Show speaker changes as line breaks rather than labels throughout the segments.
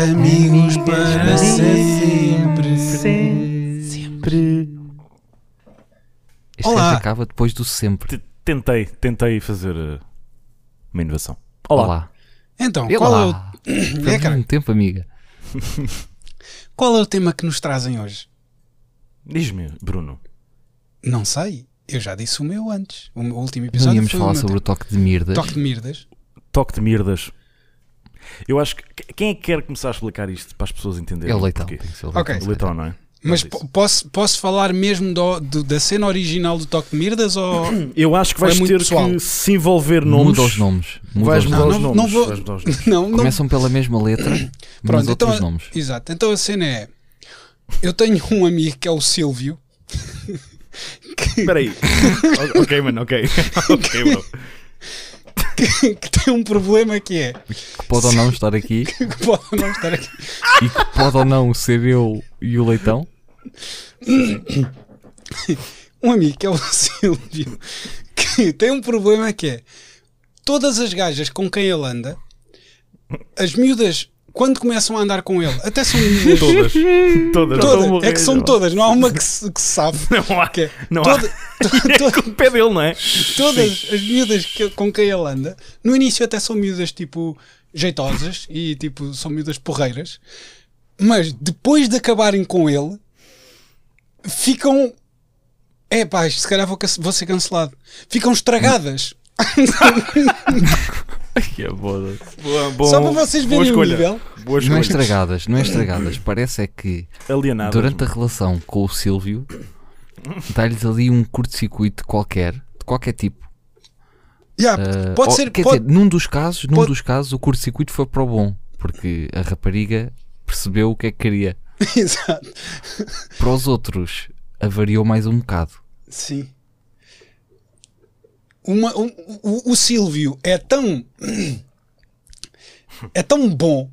Amigos para sempre.
Sempre.
Este
Olá.
teste acaba depois do sempre.
T- Tentei, tentei fazer uh, uma inovação. Olá.
Olá.
Então,
Olá.
qual é, o,
Foi
É, cara.
um tempo, amiga.
qual é o tema que nos trazem hoje?
Diz-me, Bruno.
Não sei. Eu já disse o meu antes. O meu último
Não
episódio
íamos
foi
falar
o meu
sobre o
tema.
toque de mirdas.
toque de mirdas.
Toque de merdas. Eu acho que. que- Quem é que quer começar a explicar isto para as pessoas entenderem?
É o leitão.
porquê?
Tem que ser o
Ok.
leitão.
O leitão, não é?
Mas
Ele
po-
disse.
posso, posso falar mesmo do- do- da cena original do toque de mirdas ou
Eu acho que
Ou é
vais
muito
ter
pessoal?
que se envolver nomes.
Muda os nomes. Muda
Vais
os
mudar
Não,
os
nomes.
não-
nomes.
não vou-
vais mudar os nomes.
não? não
Começam pela mesma letra, mas
Pronto,
outros
então,
nomes.
exato. Então a cena é: eu tenho um amigo que é o Silvio.
Espera aí. O- ok, mano, ok. ok, bro.
que, que tem um problema que é
Que pode ou não estar aqui
que pode não estar aqui.
e que pode ou não ser eu e o leitão.
Um amigo que é o Silvio que tem um problema que é todas as gajas com quem ele anda, as miúdas, quando começam a andar com ele, até são miúdas.
Todas. Todas.
Todas.
Estou a morrer,
é que são
já.
todas, não há uma que se, que se sabe.
Não há.
Que é
Não
toda-
há. É com o pé dele, não é?
todas as miúdas que- com quem ele anda, no início até são miúdas tipo jeitosas e tipo são miúdas porreiras, mas depois de acabarem com ele, ficam. É pá, isto se calhar vou, cance- vou ser cancelado. Ficam estragadas.
Que boda.
Boa, bom-
Só para vocês
boa
verem o
escolha.
nível.
Boa
Não é
escolha.
estragadas, não é estragadas. Parece é que
Alienadas,
durante a
mano.
relação com o Silvio dá-lhes ali um curto-circuito qualquer, de qualquer tipo.
Yeah,
Ah,
pode
ou-
ser.
quer
Pode,
dizer, num dos casos, num
pode-
dos casos, o curto-circuito foi para o bom, porque a rapariga percebeu o que é que queria.
Exato.
Para os outros, avariou mais um bocado.
Sim. Uma- um- o, o Silvio é tão. é tão bom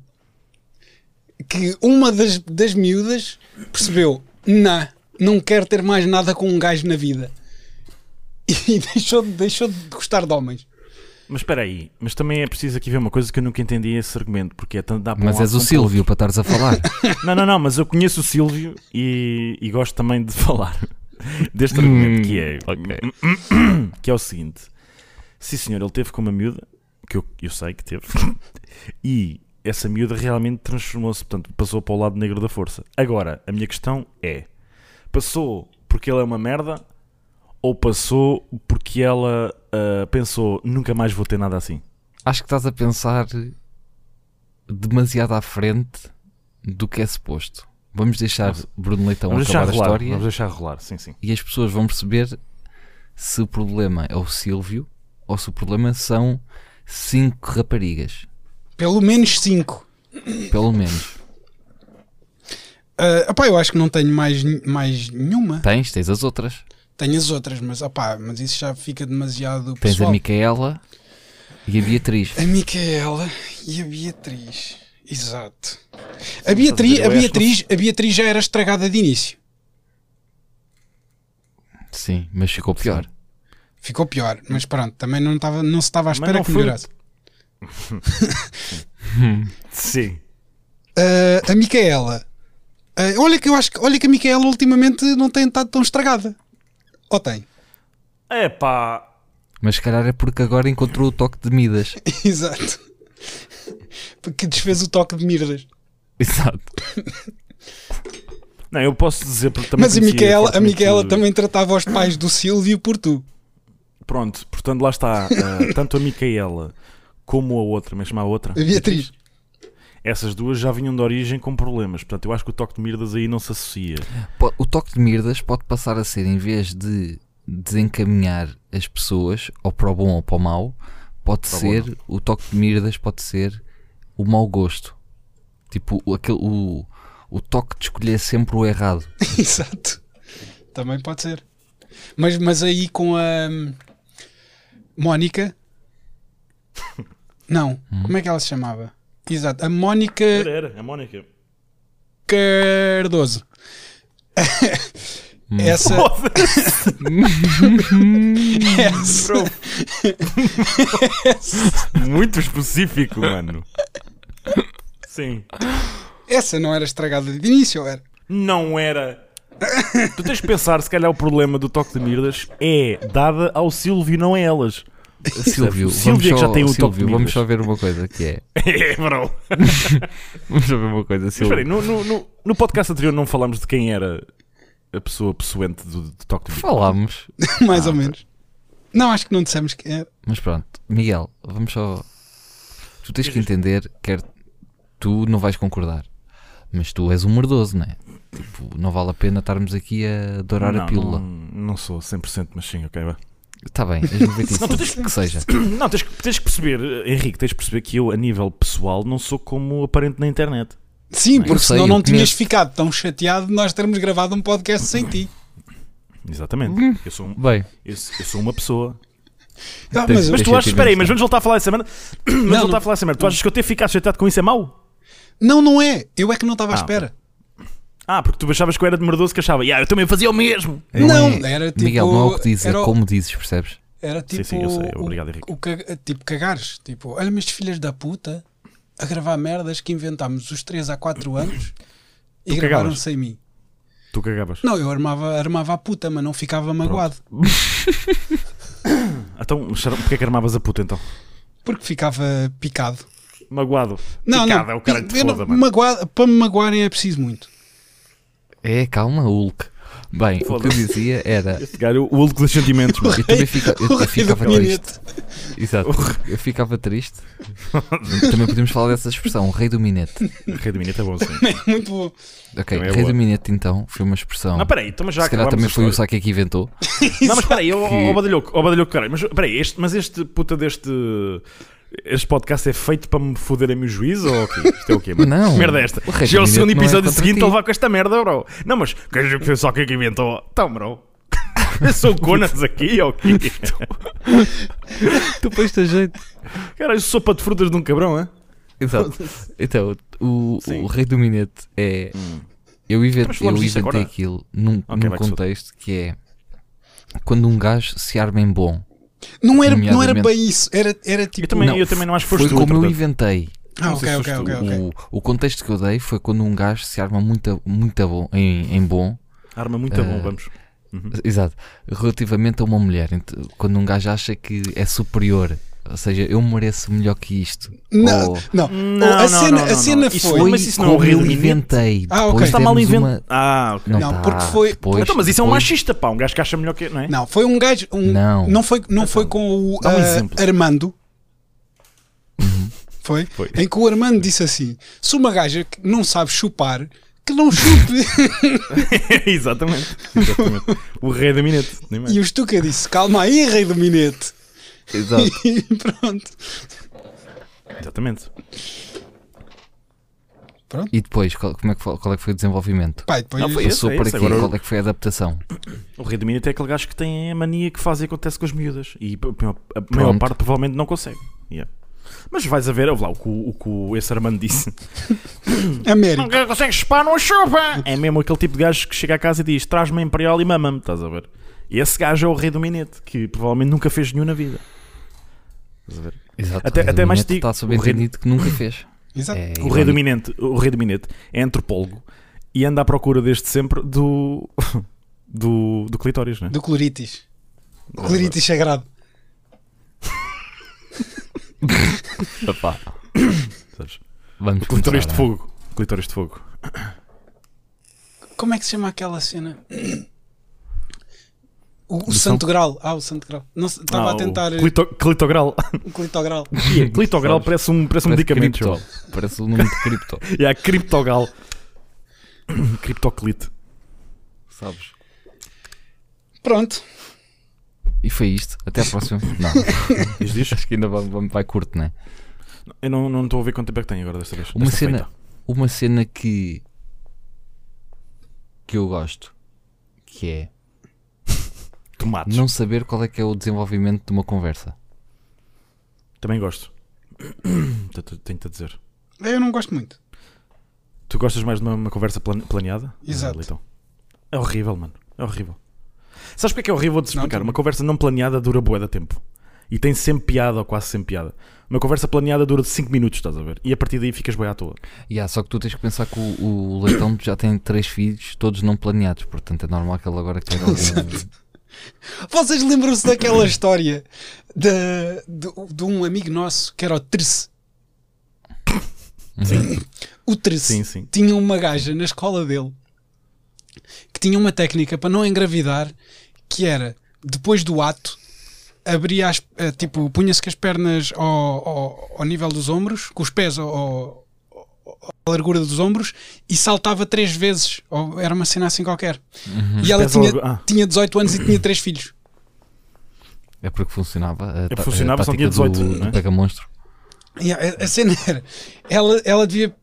que uma das, das miúdas percebeu: não, não quero ter mais nada com um gajo na vida. E deixou, de- deixou de gostar de homens.
Mas espera aí, mas também é preciso aqui ver uma coisa que eu nunca entendi esse argumento, porque é tanto dá para um
Mas
lado
és o
como
Silvio para estares a falar.
para o outro. Não, não, não, mas eu conheço o Silvio e, e gosto também de falar deste
Hum,
argumento que é,
ok.
que é o seguinte: sim senhor, ele teve com uma miúda, que eu, eu sei que teve, e essa miúda realmente transformou-se, portanto, passou para o lado negro da força. Agora, a minha questão é: passou porque ele é uma merda ou passou porque ela ah, pensou nunca mais vou ter nada assim?
Acho que estás a pensar demasiado à frente do que é suposto. Vamos deixar Bruno Leitão
Vamos deixar
acabar a
rolar,
história
vamos deixar rolar, sim, sim.
e as pessoas vão perceber se o problema é o Silvio ou se o problema são cinco raparigas.
Pelo menos 5.
Pelo menos.
Ah, opá, eu acho que não tenho mais, nhe- mais nenhuma.
Tens, tens as outras.
Tenho as outras, mas, opá, mas isso já fica demasiado
Tens
pessoal.
a Micaela e a Beatriz.
A Micaela e a Beatriz. Exato. A Beatriz,
dizer,
a
eu acho
Beatriz, a Beatriz já era estragada de início.
Sim, mas ficou pior.
Ficou pior, mas pronto, também não, estava, não se estava à espera
não
que
foi-
melhorasse.
Sim.
Ah, a Micaela. ah, olha, que eu acho que, olha que a Micaela ultimamente não tem estado tão estragada. Ou tem?
É pá.
Mas se calhar é porque agora encontrou o toque de Midas.
Exato. Porque desfez o toque de mirdas.
Exato.
Não, eu posso dizer porque também.
Mas a
conhecia
Micaela, a
fortemente-
Micaela também tratava os pais do Silvio por tu.
Pronto, portanto lá está. ah, tanto a Micaela como a outra, mas chamar a outra.
A Beatriz.
Essas duas já vinham de origem com problemas. Portanto, eu acho que o toque de Mirdas aí não se associa.
Po- O toque de mirdas pode passar a ser, em vez de desencaminhar as pessoas, ou para o bom ou para o mau, pode
Para o bom,
ser, o toque de mirdas pode ser o mau gosto. Tipo, o, aquele, o, o toque de escolher sempre o errado.
Exato. Também pode ser. Mas, mas aí com a hum, Mónica. Não,
Hum.
como é que ela se chamava? Exato, a Mónica
era, é a Mónica.
Cardoso.
Hum.
essa, essa,
Muito específico, mano. Sim.
Essa não era estragada de início, era.
Não era. tu tens de pensar, se calhar o problema do toque de mirdas é dada ao Silvio, não a elas.
Silvio,
Percebes? Silvio é
vamos
que
só,
já tem o toque de
Silvio, vamos
mirdas.
só ver uma coisa que é.
É, bro.
Vamos só ver uma coisa,
Mas
Silvio.
peraí, no, no, no, no podcast anterior não falámos de quem era a pessoa possuente do, do toque de mirdas.
Falámos,
Mais
Ah,
ou menos. Não, acho que não dissemos que era.
mas pronto, Miguel, vamos só. Tu tens que
Diz.
entender, quer tu não vais concordar, mas tu és um mordoso, não é? Tipo, não vale a pena estarmos aqui a dourar
não,
a pílula.
Não, não sou 100%, mas sim, ok, vá.
Está bem, és 95, que seja.
Não, tens, que- tens que perceber, eh, Henrique, tens que perceber que eu, a nível pessoal, não sou como aparente na internet.
Sim,
Eu
porque
sei,
senão
eu
não tinhas
conheço.
ficado tão chateado de nós termos gravado um podcast sem ti.
Exatamente.
Hum.
Eu sou, um-
Bem,
eu, sou- eu sou uma pessoa.
Ah,
Tens-
mas,
Mas
Deixa
tu
eu
achas,
te
espera aí,
pensar.
mas vamos voltar a falar dessa merda. Vamos
Não,
voltar
não.
a falar dessa merda. Tu achas que eu ter ficado chateado com isso é mau?
Não, não é. Eu é que não estava à
Ah,
espera.
Ah, porque tu achavas que eu era de merdoso que achava. Yeah, eu também fazia o mesmo.
Não,
é-
era tipo.
Miguel, não é o que dizes,
era,
é como dizes, percebes?
Era tipo.
sim, eu sei. Obrigado, Henrique.
o ca- tipo, cagares. Tipo, olha, mas filhas da puta a gravar merdas que inventámos os 3 há 4 anos e
Tu
gravaram
cagavas?
sem mim.
Tu cagavas.
Não, eu armava, armava a puta, mas não ficava magoado.
Então, chara- porquê é que armavas a puta então?
Porque ficava picado.
Magoado.
Não,
Picado,
não.
é o cara que te
eu não-
foda, mano.
magoado- para me magoarem é preciso muito.
É, calma, Hulk. Bem, o que eu
Foda-se.
dizia era.
Este cara, o o único dos sentimentos, mano.
Eu também fica, eu,
O
eu
rei
ficava
do
triste.
minete.
Exato. Eu ficava triste. também podemos falar dessa expressão, o rei do minete.
Rei do Minete é bom, sim.
Muito bom.
Ok,
Também é
rei
boa.
do minete então foi uma expressão.
Não, peraí, então mas já
Se calhar também
acabámos a
foi o
história.
Saki que inventou.
Não, mas peraí, ó
Que-
ó Badalhoco, ó Badalhoco, caralho, mas peraí, este, mas este puta deste. Este podcast é feito para me foder a meu juízo ou o quê? Isto é o quê, mano?
Não.
Que Merda é esta.
O Rei
Já é o
do
segundo
Minuto não é
episódio
contra
seguinte
ti.
a levar com esta merda, bro. Não, mas queres que só quem que inventou? Então, bro. Eu sou o Conas aqui, ou o quê?
Tu pões a jeito.
Caralho, sopa de frutas de um cabrão, é?
Exato. Então, o,
Sim. Hum.
o rei do minete é. Eu, invent-
Mas
eu
falamos disso
inventei
agora?
aquilo num,
Ok,
num
vai que se
contexto que é quando um gajo se arma em bom.
Não era, não era
Nomeadamente.
bem isso. Era, era
Eu
tipo.
também não,
não,
eu também não acho que
Foi
foste tu,
como eu
entretanto.
inventei.
Ah,
não sei
ok,
se
ok,
foste
ok,
Então, tu.
ok.
O, o contexto que eu dei foi quando um gajo se arma muito, muito bom, em, em bom,
Arma muito
Ah.
bom, vamos. Uhum.
exato, relativamente a uma mulher. Ent- Quando um gajo acha que é superior, ou seja, eu mereço melhor que isto.
Não,
ou,
não.
Não,
a
não,
cena,
não,
a
não,
cena
não. Isso
foi.
foi- mas isso não é o
como
rei
eu
do minete?
inventei.
Ah, ok.
depois
Está mal
demos
inventado.
uma-
Ah, ok.
Não,
Não,
tá,
porque foi-
depois-
Então, mas isso é um
depois-
machista, pá. Um gajo que acha melhor que. Não é?
Não, foi um gajo. Um,
Não.
foi, não foi com o
Dá um
ah,
exemplo. Uhum.
Armando. Foi?
Foi.
Em que o Armando disse assim: se uma gaja que não sabe chupar, que não chupe.
exatamente, exatamente. O rei da minete. nem mais.
e o Stuka disse: calma aí, rei do minete.
Exato.
E pronto.
Exatamente.
E depois, qual, como é que, foi- qual é que foi o desenvolvimento?
Pai, depois.
Não, foi
Passou
esse, é
para
esse,
aqui,
agora-
qual é que foi a adaptação?
O rei do minete é aquele gajo que tem a mania que faz e acontece com as miúdas. E a maior, a maior
Pronto.
parte provavelmente não consegue. Yeah. Mas vais a ver, ouve lá, o que o, o que o- esse Armando disse.
Américo.
Nunca consegues chupar, não chupa! É mesmo aquele tipo de gajo que chega à casa e diz: traz-me a Imperial e mama-me, estás a ver? E esse gajo é o rei do minete, que provavelmente nunca fez nenhum na vida. Estás a ver?
Exato.
Até-
o rei
até
do
mais
Minete
digo,
Está subentendido que nunca fez.
Exato.
É
O rei,
irónico.
do Minete, o rei do Minete é antropólogo e anda à procura desde sempre do. do, do clitóris, né?
Do cloritis. O cloritis sagrado.
Epá,
Sabes?
Vamos
Clitóris
começar,
de
não é?
fogo. Clitóris de fogo.
Como é que se chama aquela cena? O, o
Do
Santo Grau. Ah, o Santo Grau. Não se- Estava
Ah,
a
o
tentar. eh, O
clito- clitogral.
Clitogral.
clitogral parece um, parece um
é Parece é
medicamento.
cripto. Parece o nome de cripto,
É a criptogal. Criptoclite.
sabes?
Pronto.
E foi isto. Até à próxima. Não,
Diz, diz.
acho que ainda vai, vai- vai curto, né?
Eu não não estou a ver quanto tempo é que tenho agora desta vez.
Uma
desta
cena,
feita.
uma cena que que eu gosto, que é
Tomates.
não saber qual é que é o desenvolvimento de uma conversa.
Também gosto. T- t- Tenho-te a dizer.
Eu não gosto muito.
Tu gostas mais de uma, uma conversa plane- planeada?
Exato.
Ah, Leitão. É horrível, mano. É horrível. Sabes porque é que é horrível de
Não,
explicar?
tu-
uma conversa não planeada dura bué da tempo. E tem sempre piada, ou quase sempre piada. Uma conversa planeada dura de 5 minutos, estás a ver? E a partir daí ficas bem à toa.
Yeah, só que tu tens que pensar que o, o Leitão já tem três filhos, todos não planeados, portanto é normal que ele agora queira. algum-
Vocês lembram-se daquela história de, de, de um amigo nosso que era o Terce? O Terce
Sim, sim.
tinha uma gaja na escola dele que tinha uma técnica para não engravidar que era depois do ato abria as, eh, tipo punha-se com as pernas ao, ao, ao nível dos ombros com os pés ao, ao- à largura dos ombros e saltava três vezes ou era uma cena assim qualquer e ela
Pés ao
tinha,
largu- ah.
tinha 18 anos e tinha três filhos
É porque funcionava. A, ta- a
funcionava, só
tática
tinha 18,
do,
não é?
do Pega-monstro.
E a, a cena era ela, ela devia,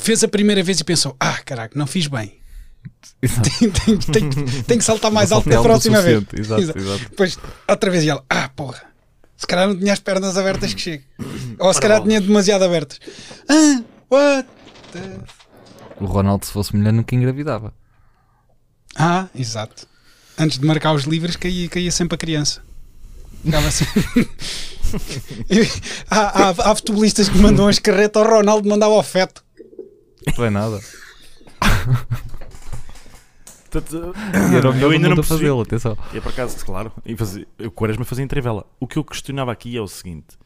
fez a primeira vez e pensou ah caraca não fiz bem
Exato.
tem, tem- tem que- tem que saltar mais alto
Saltei
da
alto o
próxima vez.
suficiente, exato, exato.
Depois, outra vez, e ela, ah, porra, se calhar não tinha as pernas abertas que chega. Ou se calhar tinha demasiado abertas. Ah, what? the-
O Ronaldo, se fosse mulher, nunca engravidava.
Ah, exato. Antes de marcar os livros, caía, caía sempre a criança. Ficava assim. E há, há, há futebolistas que mandam a escarreta ao Ronaldo mandava ao feto.
Não é nada.
Portanto,
E era o melhor
Tá, eu
do
ainda não
mundo a
percebi.
fazê-lo, atenção.
E é por acaso, claro, e fazia- o Quaresma fazia em trevela. O que eu questionava aqui é o seguinte: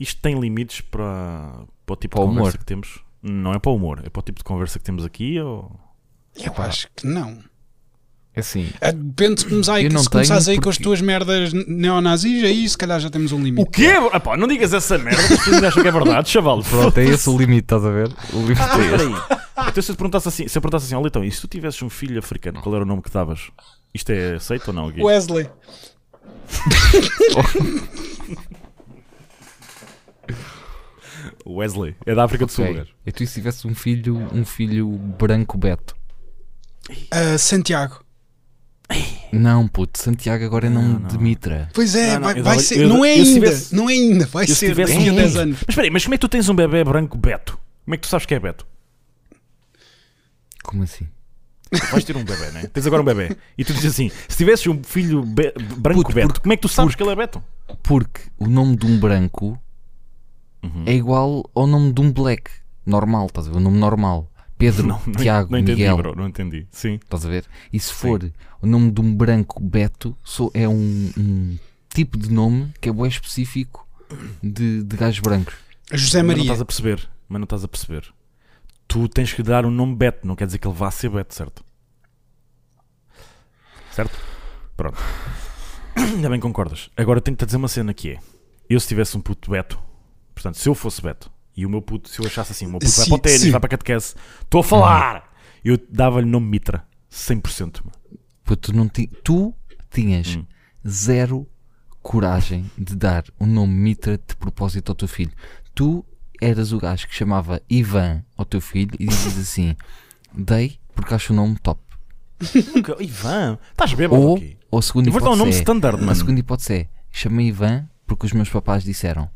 isto tem limites para, para o tipo
Para o
de conversa
humor.
que temos? Não é para o humor, é para o tipo de conversa que temos aqui ou.
Eu acho que não.
É assim.
Ah, Depende se começar-
Eu não
se começares
tenho
aí com as
porque-
tuas merdas neonazis, aí se calhar já temos um limite.
O quê? Epá, não digas essa merda, as pessoas acham que é verdade, chaval.
Pronto, é esse o limite, estás a ver? O limite
Ah,
é esse.
peraí. Então, se eu te perguntasse assim, se eu perguntasse assim, olha então, e se tu tivesses um filho africano, qual era o nome que davas? Isto é aceito ou não? Gui?
Wesley.
Wesley, é da África do Sul.
Ok.
gajo.
E tu, e se tivesse um filho, um filho branco Beto?
Ah, Santiago.
Não, puto, Santiago agora é nome de Mitra.
Pois é,
Não, não,
vai,
eu
vai
dava-
ser.
eu-
não é
eu se
ainda.
tivesse-
não é ainda. Vai
Eu se
ser
tivesse
daqui a
um
10
filho-
anos.
Mas peraí, mas como é que tu tens um bebê branco Beto? Como é que tu sabes que é Beto?
Como assim?
Vais ter um bebê, né? Tens agora um bebê. E tu dizes assim: se tivesses um filho be- branco
Puto,
Beto,
porque-
como é que tu sabes que ele é Beto?
Porque o nome de um branco
Uhum.
é igual ao nome de um black. Normal, estás a ver? O nome normal. Pedro,
não,
Tiago,
não entendi,
Miguel.
bro. Não entendi. Sim.
Estás a ver? E se for o nome de um branco Beto, sou, é um, um tipo de nome que é bem específico de, de gajos brancos.
José
Mas não
Maria.
estás a perceber. Mas não estás a perceber. Tu tens que dar um nome Beto, não quer dizer que ele vá ser Beto, certo? Certo? Pronto. Ainda bem que concordas. Agora tenho-te a dizer uma cena que é: eu se tivesse um puto Beto, portanto, se eu fosse Beto e o meu puto, se eu achasse assim, o meu puto vai
Sim,
para o ténis,
sim.
vai para a catequese, estou a falar, eu dava-lhe nome Mitra, 100%. Mano.
Pô, tu, não ti- tu tinhas
Hum.
zero coragem de dar o nome Mitra de propósito ao teu filho. Tu eras o gajo que chamava Ivan ao teu filho e dizes assim: dei porque acho o nome top.
Nunca, Ivan, estás bêbado
Oh.
Ou,
aqui.
ou a segunda
Eu vou dar um nome
hipótese é,
standard,
a
mano.
segunda hipótese é: chamei Ivan porque os meus papás disseram.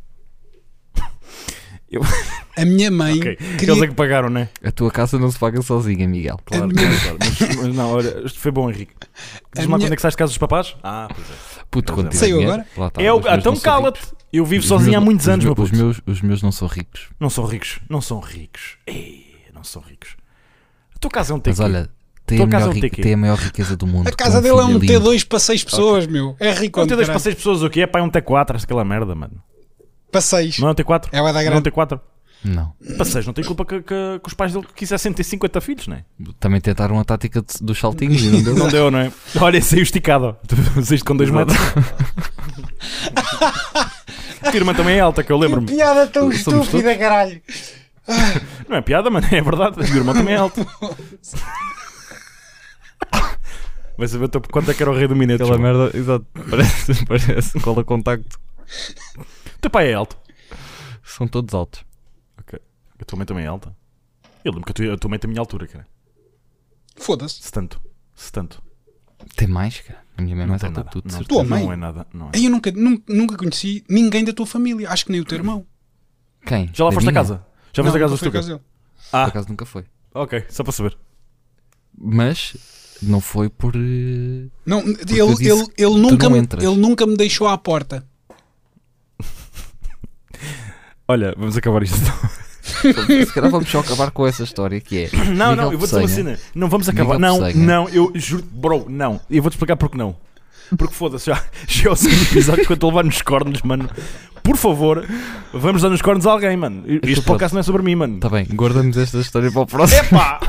A minha mãe
Ok, Eles é
queria.
que pagaram, né?
A tua casa não se paga sozinha, Miguel.
Claro, claro, claro. Mas, mas não, olha, isto foi bom, Henrique. Diz-me lá
minha-
quando é que sais de casa dos papás? Ah, pois é.
Puto, quando tiver
Saiu
dinheiro,
agora?
lá está,
é o...
os meus
Então
não são ricos.
cala-te. Eu vivo
Os
sozinho há
meus-
muitos
os
anos, meu
meus- os
puto.
meus, os meus não são ricos.
Não são ricos, não são ricos. Ei, não são ricos. A tua casa é um TQ.
Mas olha, tem
Tua
a,
casa
melhor
é um
rique-
TQ.
tem a maior riqueza do mundo.
A
que
casa
tem
dele é um
filho lindo.
T2 para 6 pessoas, meu. É rico.
Não tem
caralho.
dois para seis pessoas o que é? Pá, é um T4, sei lá, merda, mano.
Para 6.
Não é um T4?
É uma da
Não é um
grande.
T4?
Não.
Para seis, não tem culpa que, que- que os pais dele quisessem ter 50 filhos, né?
Também tentaram a tática de- dos saltinhos e não deu.
Não deu, não é? Olha, saiu esticado. Saíste com dois metros. A tua irmã também é alta, que eu
Que
lembro-me.
piada tão
Somos
estúpida, caralho.
Não é piada, mano, é verdade. A minha irmã também é alta. Vai saber até por quanto é que era o rei do minete.
Aquela merda, exato, parece, parece cola contacto.
Teu pai é alto.
São todos altos.
A tua mãe também é alta. Eu lembro que a tua, a tua mãe tem a minha altura, cara.
Foda-se.
Se tanto. Se tanto.
Tem mais, cara. A minha mãe é
Não
mais
tem
alta
nada.
que tu, de
Não,
certeza.
Tua mãe?
não é nada. Não é.
Eu nunca, nunca, nunca conheci ninguém da tua família. Acho que nem o teu irmão.
Quem?
Já lá
Da
foste a
minha?
casa? Já foste a
Não,
casa
nunca
dos
fui à
tugas?
casa dele.
Ah.
Por acaso nunca foi.
Ok, só para saber.
Mas não foi por. eh,
Não,
eu
ele,
disse
ele,
que
ele,
tu
nunca,
não
me-
entras.
ele nunca me deixou à porta.
Olha, vamos acabar isto.
Se calhar vamos só acabar com essa história que é.
Não,
Miguel
não, eu vou dizer uma
Peçanha-
cena. Não vamos acabar.
Miguel
Não,
Peçanha.
não, eu juro, bro, não. Eu vou-te explicar porque não. Porque foda-se, já, já é o segundo episódio que eu estou a levar nos cornos, mano. Por favor, vamos dar nos cornos a alguém, mano. Este
pronto.
podcast não é sobre mim, mano.
Tá bem.
Guardamos esta história para o próximo.
Epá!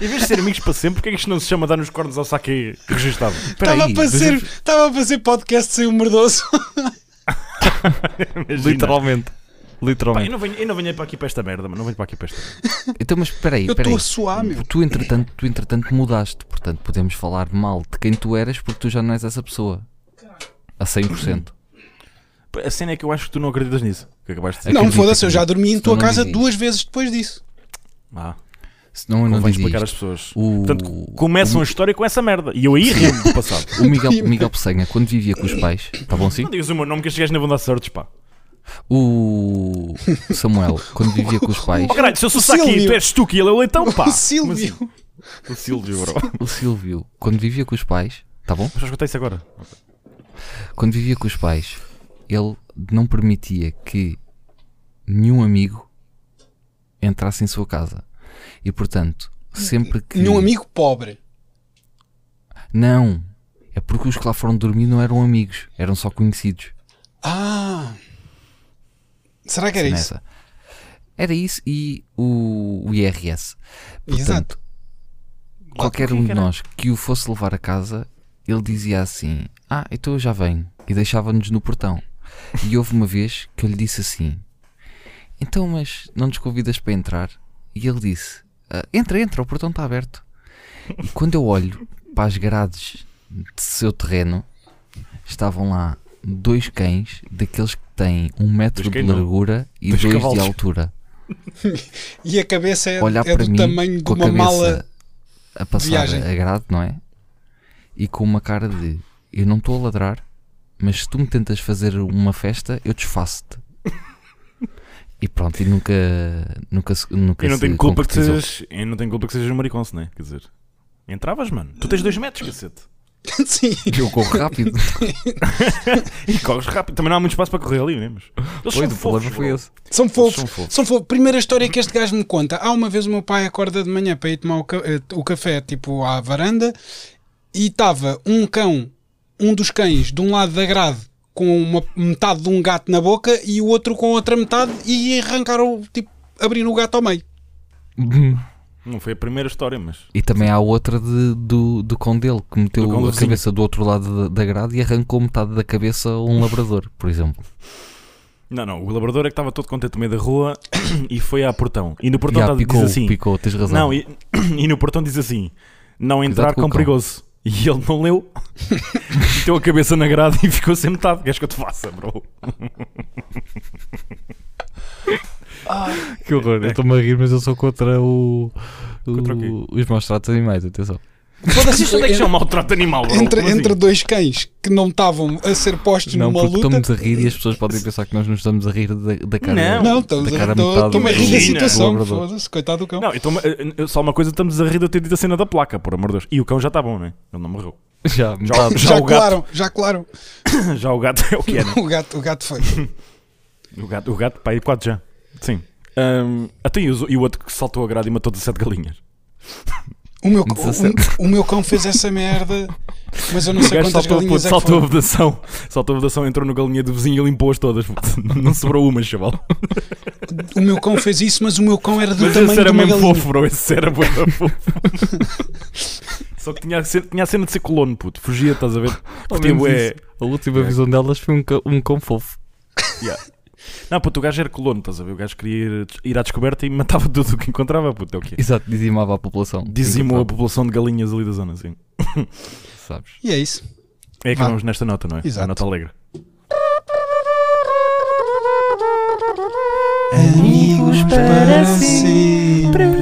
Em vez de ser amigos para sempre, porque é que isto não se chama dar nos cornos ao saque registado?
Espera
Estava
aí,
a fazer,
deixa-
estava a fazer podcast sem o merdoso.
Imagina.
Literalmente.
Pá, eu,
Literalmente.
não venho, eu não venho para aqui para esta merda, mano. Não venho para aqui para esta.
Então, mas espera aí,
Eu
espera
estou
aí.
a suar, meu.
Tu entretanto, tu entretanto mudaste, portanto podemos falar mal de quem tu eras porque tu já não és essa pessoa. A 100%.
Pá, A cena é que eu acho que tu não acreditas nisso. Que acabaste de dizer.
Não,
acredito,
foda-se, eu já
acredito.
dormi em
Senão
tua
não
casa
dizia
duas vezes depois disso.
Ah,
Senão eu não
convém
dizia
explicar às
é isto.
pessoas.
O,
Portanto, começam a história com essa merda. E eu aí rimo do passado.
o Miguel, o Miguel Pessanha, quando vivia com os pais, tá bom sim?
Não digas o meu nome que estes gajos não vão dar certos, pá.
O Samuel, quando vivia com os pais,
Oh, caralho, se eu sou
O
Saki,
Silvio.
tu és tu que ele é o leitão, pá.
O Silvio.
Como assim? O Silvio, bro. Mas
o Silvio, quando vivia com os pais, tá bom?
já escutei isso agora.
Quando vivia com os pais, ele não permitia que nenhum amigo entrasse em sua casa. E portanto, sempre que.
Num amigo pobre.
Não. É porque os que lá foram dormir não eram amigos, eram só conhecidos.
Ah. Será que era É isso?
Nessa. Era isso e o, o IRS. Portanto,
Exato.
qualquer
Lá,
um
porque
de
era-
nós que o fosse levar a casa, ele dizia assim: Ah, então eu já venho. E deixava-nos no portão. E houve uma vez que eu lhe disse assim: Então, mas não nos convidas para entrar? E ele disse: "Ah, Entra, entra, o portão está aberto. E quando eu olho para as grades de seu terreno, estavam lá dois cães, daqueles que têm um metro
Dois
de
cães não.
largura e
Dois
dois de
cavalos.
altura.
E a cabeça é,
Olhar
é
para
do
mim
tamanho de
com a
uma
cabeça
mala.
a passar
viagem.
a grade, não é? E com uma cara de eu não estou a ladrar, mas se tu me tentas fazer uma festa, eu desfaço-te. e pronto, e nunca, nunca, se- nunca
Eu não
se
tenho culpa que
concretizou.
sejas. Eu não tenho culpa que sejas um mariconce, né? Quer dizer, entravas, mano. Tu tens dois metros, cacete.
Sim.
Eu corro rápido.
E corres rápido. Também não há muito espaço para correr ali, né? Mas eles
Pois,
são
o problema
fofos,
foi
bro.
esse.
São
Eles
fofos.
são fofos.
São fo- Primeira história que este gajo me conta. Há uma vez o meu pai acorda de manhã para ir tomar o, ca- eh, o café, tipo, à varanda, e estava um cão, um dos cães, de um lado da grade, com uma metade de um gato na boca, e o outro com outra metade, e arrancaram, tipo, abriram o gato ao meio.
Não foi a primeira história, mas.
E também há outra de- do, do cão dele que meteu
Do cão do
a
vizinho.
cabeça do outro lado da- da grade e arrancou metade da cabeça a um labrador, por exemplo.
Não, não. O labrador é que estava todo contente no meio da rua e foi à portão. E no portão
Já,
tá-
picou,
diz assim.
picou, tens razão.
Não, e, e no portão diz assim: não entrar
com o cão.
com perigoso. E ele não leu, meteu a cabeça na grade e ficou sem metade. Queres que eu te faça, bro?
Que horror. Eu estou-me a rir, mas eu sou contra o.
Contra o quê?
o- os maus tratos animais, atenção.
Foda-se, isto onde é que chama maltrato animal, bro?
entre,
Como assim?
entre dois cães que não estavam a ser postos
Não,
numa
porque
luta.
estamos a rir e as pessoas podem pensar que nós nos estamos a rir da, da cara.
Não.
Não, estamos
da
a
cara
estou-
metade
estou-me a rir da
Imagina.
situação.
Labrador.
Foda-se, coitado do cão.
Não, eu tô-me- eu- eu- só uma coisa, estamos a rir de eu ter dito a cena da placa, por amor de Deus. E o cão já está bom, né? Ele não morreu.
Já,
Já,
metade.
já
já
o gato,
colaram, já colaram.
já o gato é o que é, né?
O gato, o gato foi.
O gato, o gato pá, e quatro já. Sim. Ahm, até e, os- e o outro que saltou a grade e matou 17 galinhas.
O meu, cão-
17.
o, o meu cão fez essa merda, mas eu não
O
sei
gajo
quantas
saltou, puto,
galinhas é que
saltou a
foram.
vedação, saltou a vedação, entrou no galinha do vizinho e limpou-as todas. puto. Não sobrou uma, chaval.
O meu cão fez isso, mas o meu cão era do
Mas
tamanho
esse
de
era
uma
mesmo
galinha.
fofo, bro. Esse era bué da fofo. Só que tinha a, cena, tinha a cena de ser colono, puto. Fugia, estás a ver?
Ao
Curtia
menos
bué.
isso. A última visão delas foi um, cão- um cão fofo.
Yeah. Não, puto, o gajo era colono, estás a ver? O gajo queria ir, ir à descoberta e matava tudo o que encontrava, puto. É o quê?
Exato, dizimava a população.
Dizimou a
Encontrava,
população de galinhas ali da zona, assim.
Sabes?
E é isso.
É que
Vá.
vamos nesta nota, não é?
Ah. Exato.
A nota alegre.
Amigos para sempre.